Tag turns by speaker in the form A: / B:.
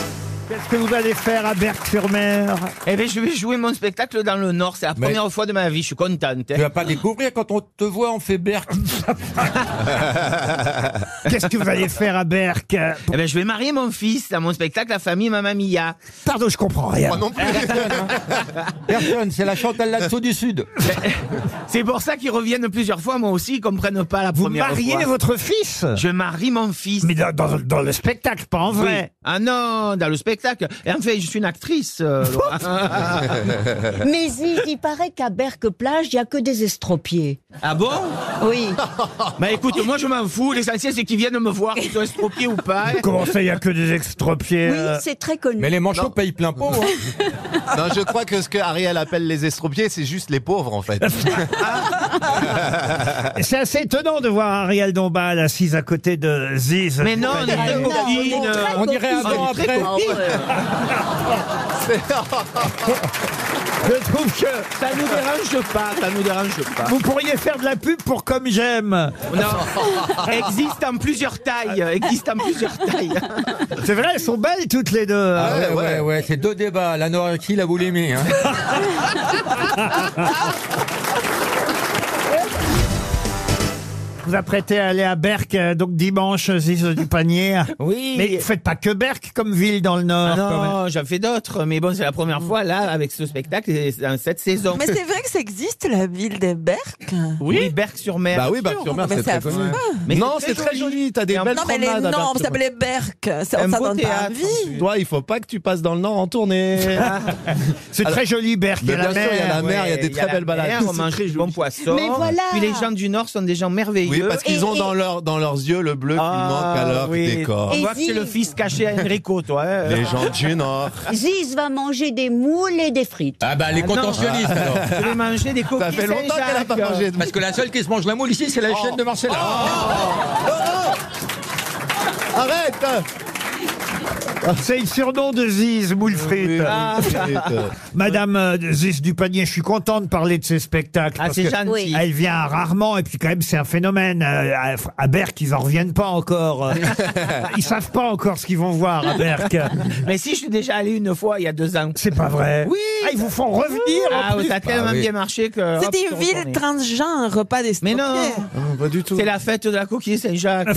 A: spectacle que vous allez faire à Berck-sur-Mer
B: Eh bien, je vais jouer mon spectacle dans le Nord. C'est la
C: Mais-
B: première fois de ma vie. Je suis contente. hein.
C: Tu vas pas découvrir quand on te voit, on fait berk.
A: Qu'est-ce que vous allez faire à Berck
B: Eh ben, je vais marier mon fils dans mon spectacle La famille Mamma Mia.
A: Pardon, je comprends rien.
D: Moi non plus.
C: Personne, c'est la Chantal Latsou du Sud.
B: C'est pour ça qu'ils reviennent plusieurs fois. Moi aussi, ils comprennent pas la
A: Vous
B: première
A: mariez
B: fois.
A: votre fils
B: Je marie mon fils.
A: Mais dans, dans- dans le spectacle, pas en
B: Oui.
A: vrai.
B: Ah non, dans le spectacle. Et en fait, je suis une actrice. euh, Laura.
E: Mais il, il paraît qu'à Berck-Plage, il n'y a que des estropiés.
B: ah bon
E: Oui.
B: Bah écoute, moi je m'en fous. L'essentiel, c'est qu'ils viennent me voir, qu'ils soient estropiés ou pas.
A: Comment ça, il n'y a que des extropiés
E: Oui,
A: euh,
E: c'est très connu.
C: Mais les manchots payent plein pot. hein.
D: Non, je crois que ce que Ariel appelle les estropiés, c'est juste les pauvres en fait.
A: C'est assez étonnant de voir Ariel Dombal assise à côté de Ziz.
B: Mais non, on est
E: Ah,
B: très
E: non,
B: copines.
E: on est
D: Ah,
E: très
C: euh,
E: Ah,
C: On dirait
E: copines.
C: avant,
E: On est
C: après.
E: très copines.
A: Je trouve que
B: Ça nous dérange pas, ça nous dérange pas.
A: vous pourriez faire de la pub pour Comme J'aime.
B: Non, existe en plusieurs tailles, existe en plusieurs tailles.
A: C'est vrai, elles sont belles toutes les deux. hein.
C: Ah ouais,
D: ouais,
C: ouais,
D: ouais.
C: ouais, c'est deux débats. L'anorexie, la boulimie. Hein.
A: Vous vous apprêtez à aller à Berck, euh, donc dimanche, Ziz du Panier.
B: Oui.
A: Mais faites pas que Berck comme ville dans le Nord. quand même.
B: Ah non, j'en fais d'autres, mais bon, c'est la première fois là avec ce spectacle et dans cette saison.
F: Mais c'est vrai que ça existe, la ville des Berck
B: Oui, Berck-sur-Mer.
D: Bah oui, Berck-sur-Mer,
F: Mais c'est affreux.
B: Mais
D: Non,
B: c'est
D: c'est
B: très
D: très joli, t'as des
B: Et en-
D: belles
F: Non, mais les
D: promenades à
F: noms,
D: Berck-sur-Mer.
F: ça s'appelait Berck. Ça,
B: Un
F: ça
B: beau
F: donne pas
B: théâtre, en
F: envie.
B: plus.
D: Toi, il faut pas que tu passes dans le Nord en tournée.
A: C'est très joli, Berck. Il y a
D: Mais
A: la
D: bien sûr, il y a
A: mer.
D: la mer, il y a des très
B: la
D: belles balades.
B: mer, On mange du bon poisson.
E: Mais voilà.
B: Puis les gens du Nord sont des gens merveilleux.
D: Oui, parce qu'ils
E: Et-
D: ont
E: et-
D: dans, leur, dans leurs yeux le bleu
B: Ah,
D: qui manque à leur
B: oui.
D: décor.
B: On voit que c'est le fils caché à Enrico, toi. hein.
D: Les gens du Nord.
E: Ziz va manger des moules et des frites.
C: Ah bah, les
B: Ah non.
C: contentionnistes alors.
B: Je vais manger des coquilles
D: Ça fait longtemps qu'elle a
B: Saint-Jacques.
D: pas mangé de
C: Parce que la seule qui se mange la moule ici, c'est la
D: Oh.
C: chaîne de Marcella.
D: Arrête
A: C'est le surnom de Ziz, moule frite.
D: Ah, arrête.
A: Madame euh, Ziz du Panier, je suis content de parler de ces spectacles.
B: Ah,
A: parce
B: c'est
A: que
B: gentil.
E: Oui.
A: Elle vient rarement, et puis quand même, c'est un phénomène. Euh, à- à Berck, ils en reviennent pas encore. Euh, ils savent pas encore ce qu'ils vont voir à Berck.
B: Mais si, je suis déjà allé une fois il y a deux ans.
A: C'est pas vrai.
B: Oui.
A: Ah, ils vous font revenir en
B: Ah,
A: plus.
B: ça a tellement
C: Bah oui.
B: bien marché que. hop,
F: C'est
B: je
F: une
B: suis
F: ville
B: retourné.
F: transgenre, pas des
B: Mais non,
D: Non, Pas du tout.
B: c'est la fête de la coquille Saint-Jacques.